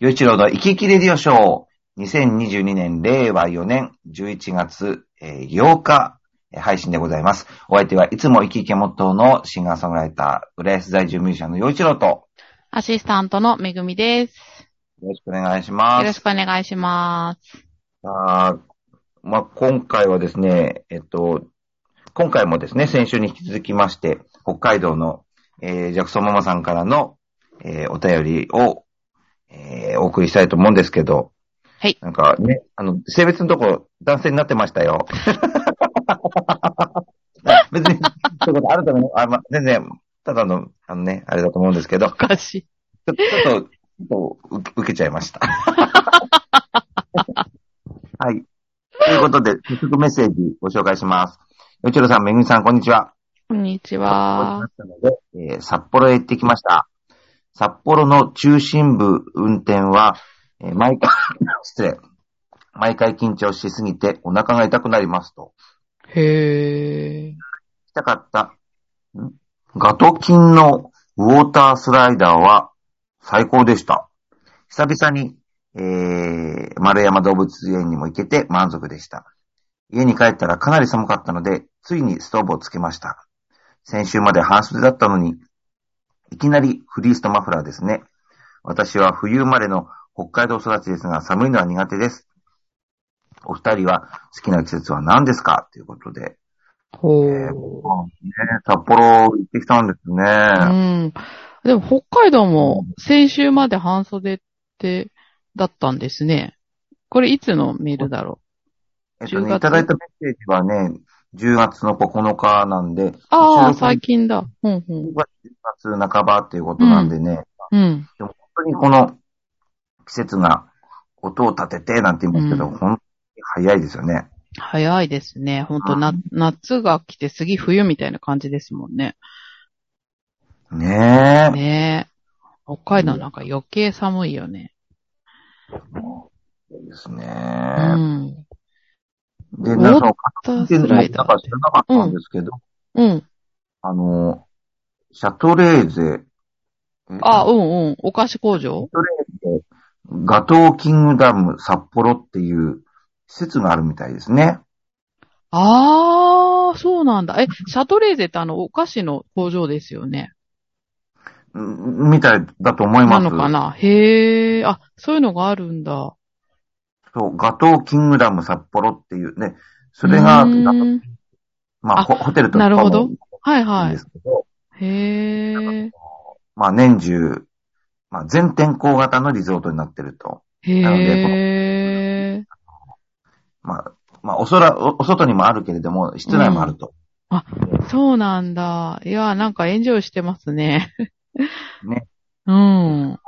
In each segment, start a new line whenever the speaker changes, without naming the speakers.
与一郎の生き生きレディオショー、2022年令和4年11月えー8日えー配信でございます。お相手はいつも生き生きモットーのシンガーソングライター、浦安在住ミュージシャンの与一郎と、
アシスタントのめぐみです。
よろしくお願いし
よ
ま
ろ
す。
しくお願いします。
あーまあ、今回はですね、えっと、今回もですね、先週に引き続きまして、北海道の、えージャクソンママさんからの、えーお便りを、えーお送りしたいと思うんですけど、
はい
なんかね、あの、性別のところ、男性になってました よ。別に、そういうことあると思う。あ、まあ、全然、ただの、あのね、あれだと思うんですけど、ち
おかしい。
ょちょっと、ちょっと受け、受けちゃいました。 はい。ということで、早速メッセージご紹介します。よちろさん、めぐみさん、こんにちは。
こんにち
あ
は。
えー札幌へ行ってきました。札幌の中心部運転は、えー毎回、 失礼。毎回緊張しすぎてお腹が痛くなりますと。
へー。
行きたかった。んガトキンのウォータースライダーは最高でした。久々に、えー、丸山動物園にも行けて満足でした。家に帰ったらかなり寒かったので、ついにストーブをつけました。先週まで半袖だったのに、いきなりフリースとマフラーですね。私は冬生まれの北海道育ちですが、寒いのは苦手です。お二人は好きな季節は何ですかということで、
ほ
えーあね、札幌行ってきたんですね。
うん。でも北海道も先週まで半袖って、だったんですね。これいつのメールだろ
えっと
10
ね、
月
いただいたメッセージはね、10月の9日なんで、
う。あ
16
あ、最近だ。うん、うん。
10月半ばっていうことなんでね、
うん。
本当にこの季節が音を立ててなんて言うんですけど、
うん
本当に早いですよね。
早いですね。ほんとな、夏が来て次冬みたいな感じですもんね。
ねえ。
ねえ。北海道なんか余計寒いよね。
そうですね。
うん。
で、なんか、
タ
カ
ー
っていう
ス
のも
ラ
なん
イダ
か
ー
知らなかったんですけど、
うん。
あの、シャトレーゼ、
あ、うんうん。お菓子工場
とりあえず、ガトーキングダム札幌っていう施設があるみたいですね。
ああ、そうなんだ。え、シャトレーゼってあの、お菓子の工場ですよね。
んみたいだと思いま
な
す。
のかなへえ、あ、そういうのがあるんだ。
そう、ガトーキングダム札幌っていうね、それが、
うーん
なんかまあ、
あ
ホホテルとか
なるほど
も
はい
いいん
は
で
い。
すけど、
へえ、
まあ、年中、まあ、全天候型のリゾートになってると。なのでこの
へえ。
まあ、まあ、おそら、おお外にもあるけれども、室内もあると。
そうなんだ。いや、なんかエンジョイしてますね。
ね。
うん。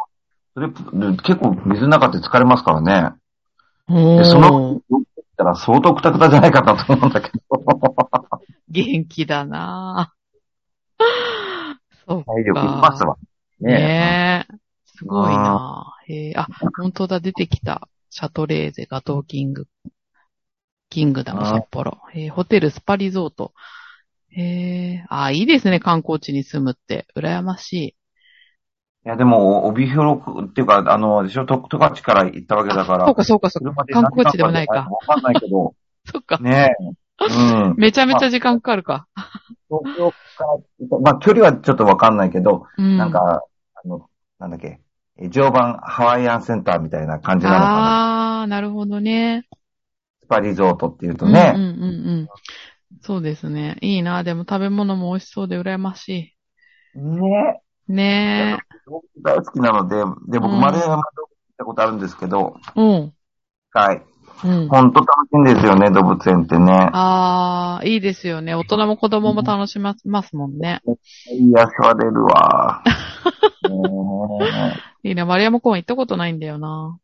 それ、結構水の中って疲れますからね。
お
でそ
ー
の、だから相当クタクタじゃないかなと思うんだけど。
元気だなぁそっか。
体力いりますわ。ね
ねえ。すごいなぁへえ、あ、本当だ、出てきた。シャトレーゼ、ガトーキング、キングダム札幌。えーホテルスパリゾート。へえ、あ、いいですね、観光地に住むって。羨まし
え。
い。
いや、でも、帯広区っていうか、あの、でしょ、と十勝から行ったわけだから。
あそうか、そうか、そう
車
か。
で
観光地でもないか
何時間かかるのかわかんないけど、
そうか。
ねえ。うん。
めちゃめちゃ時間かかるか。
東京から、まあ、距離はちょっとわかんないけど、
うん。
なんか、あの、なんだっけ、え常磐ハワイアンセンターみたいな感じなのかな。
あー、なるほどね。
スパリゾートっていうとね、
うんうんうんうん。そうですね。いいなでも食べ物も美味しそうで羨まし
ね
い。ねえ。
大好きなので、で、僕、
うん
丸山動物園行ったことあるんですけど、
うん。
はい。
うん。
ほんと楽しいんですよね、動物園ってね。
ああ、いいですよね。大人も子供も楽しまますもんね。
癒される わ。ねえ
いいね。丸山公園行ったことないんだよな。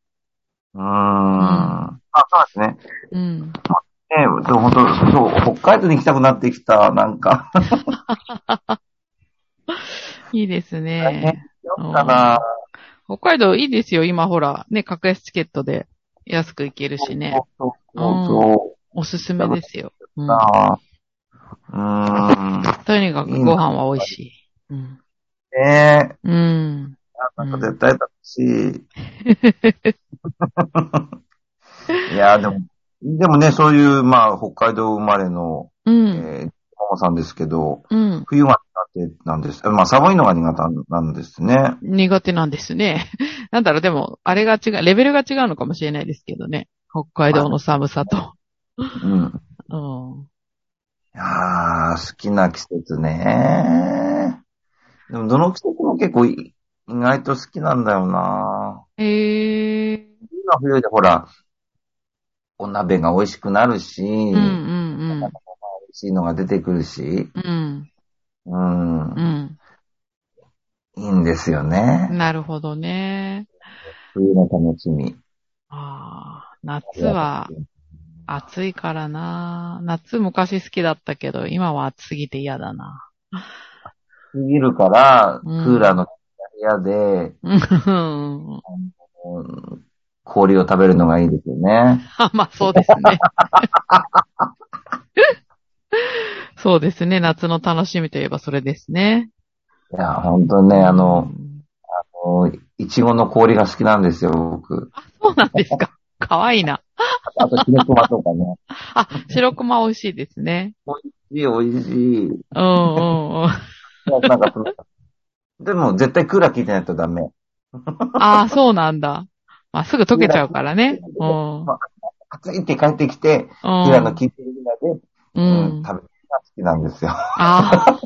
うーん。あ、そうですね。
うん。
ねえ、でも本当、そう、北海道に行きたくなってきた、なんか。
いいですね。
よかな。
北海道いいですよ。今ほら、ね、格安チケットで安く行けるしね。。
そうそ
おすすめですよ。う
う。
ん。
なあうーん。
とにかくご飯は美味しい。うん。
ねえ。
うん。
なんか絶対楽しい。いや、でも、でもね、そういう、まあ、北海道生まれの、
うん。
えー、ママさんですけど、
うん。
冬は苦手なんです。まあ、寒いのが苦手なんですね。
苦手なんですね。 なんだろう、でも、あれが違う、レベルが違うのかもしれないですけどね。北海道の寒さと。
うん。い
うん。
やー、好きな季節ね。でも、どの季節も結構い意外と好きなんだよな。
へえ。
冬は冬でほら、お鍋が美味しくなるし、
うんうん
美味しいのが出てくるし、
うん。
う
うん。
ん、
うん。
いいんですよね。
なるほどね。
冬の楽しみ。
ああ、夏は暑いからな。夏昔好きだったけど、今は暑すぎて嫌だな。
すぎるから、ク
うん
ーラーの部屋で、
うん。
うん氷を食べるのがいいですよね。
あ、まあそうですね。 そうですね。夏の楽しみといえばそれですね。
いや、ほんとね、あの
う、ん
もういちごの氷が好きなんですよ、僕。
あ、そうなんですか。かわいいな。
あと、きねこまとかね。
あ、白熊美味しいですね。
美味しい、美味しい。
うんうんうん。
なんかその、でも絶対クーラー効いてないとダメ。
ああ、そうなんだ。まあ、すぐ溶けちゃうからね。うん。うん。
暑いって帰ってきて、クーラーの効いてるぐらいで、う
う
ん、
ん。
食べるの
あ
が好きなんですよ。
あ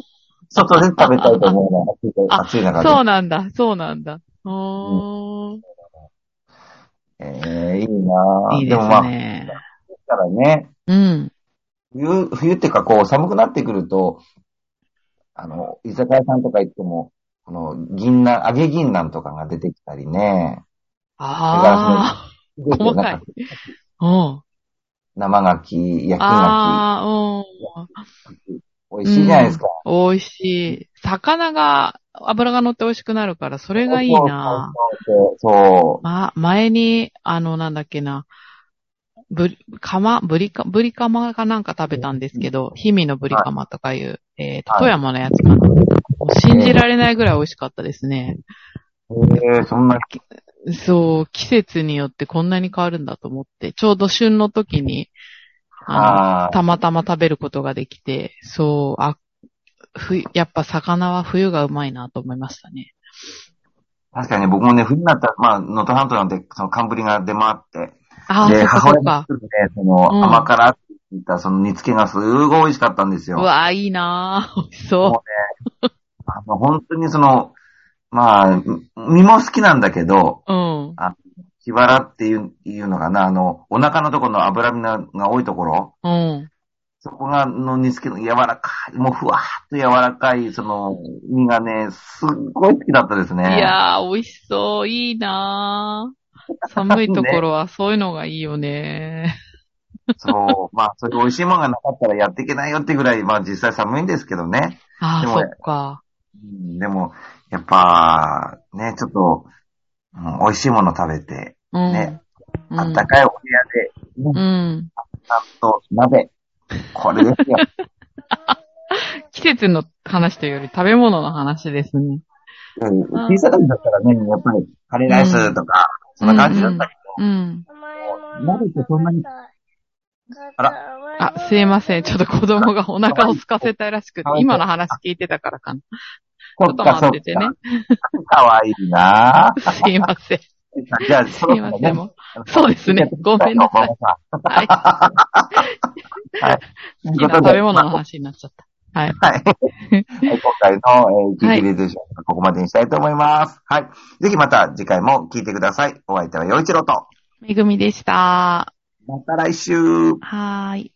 外で食べたいと思うな、
あ
暑い暑い中
ー、
で。
そうなんだ。そうなんだ。おー。
ええいいなぁ
いいで
ですもまあ、だ
ね。
からね、
うん。
冬、冬っていうかこう寒くなってくると、あの、居酒屋さんとか行っても、この、銀杏、揚げ銀杏とかが出てきたりね。
ああ、細か
ないんか。
うん。
生牡蠣、焼き牡
ああ、うん。
蠣。美味しいじゃないですか。
美味しい。魚が、油が乗って美味しくなるから、それがいいな。
そうそうそう。
ま、前に、あの、なんだっけな、ぶり、かま、ぶりか、ぶりかまかなんか食べたんですけど、氷見のぶりかまとかいう、えーと、
はい
富山のやつかな。もう信じられないぐらい美味しかったですね。
そうえーそんな、
そう、季節によってこんなに変わるんだと思って、ちょうど旬の時に、あの
ああ、
たまたま食べることができて、そう、あ、ふ、やっぱ魚は冬がうまいなと思いましたね。
確かに僕もね、冬になったら、まあ、能登半島なんで、その寒ぶりが出回って、
ああ、そ
で、
っか
母
そ
親
っ
が
か。
作るね、その、
うん
甘辛って言った、その煮付けがすごい美味しかったんです
う
よ。
わあ、いいなあ美味しそう。
あの、本当にその、まあ、み身も好きなんだけど、
うん。
ヒバラっていう、いうのかな、あの、お腹のところの脂身がが多いところ、
うん。
そこが、の煮付けの柔らかい、もうふわーっと柔らかい、その、身がね、すっごい好きだったですね。
いやー、美味しそう。いいなー寒いところはそういうのがいいよね。
そう、まあ、そういう美味しいものがなかったらやっていけないよってぐらい、まあ実際寒いんですけどね。
あ
で
あ、
も
そっか。
うんでも、やっぱ、ね、ちょっと、うん美味しいもの食べて、
うん。
ね
うん、
あったかいお部屋で、
うん。
と鍋。これですよ。
季節の話というより食べ物の話ですね。
うん小さい時だったらね、やっぱりカレーライスとか、そんな感じだったけ
うん。
ど、鍋ってそんなに、あら、
あ、すいません。ちょっと子供がお腹を空かせたらしくて、今の話聞いてたからかな。ち
そっ
ょっと
かそ
待
っ
っててね。
か。かわいいなぁ。
すいません。す
じゃあ、そろ
い
そ
ま
ろ
せ
ね
ん。。もうそうで すね。ごめんなさい。はい。
と
好
い
き
うこ
な
とで、
食べ
今
物の話になっちゃった。はい。
回の、えー、キキリズションはここまでにしたいと思います。はい。ぜひまた次回も聞いてください。お相手はよいちろと。
めぐみでした。
また来週。
はーい。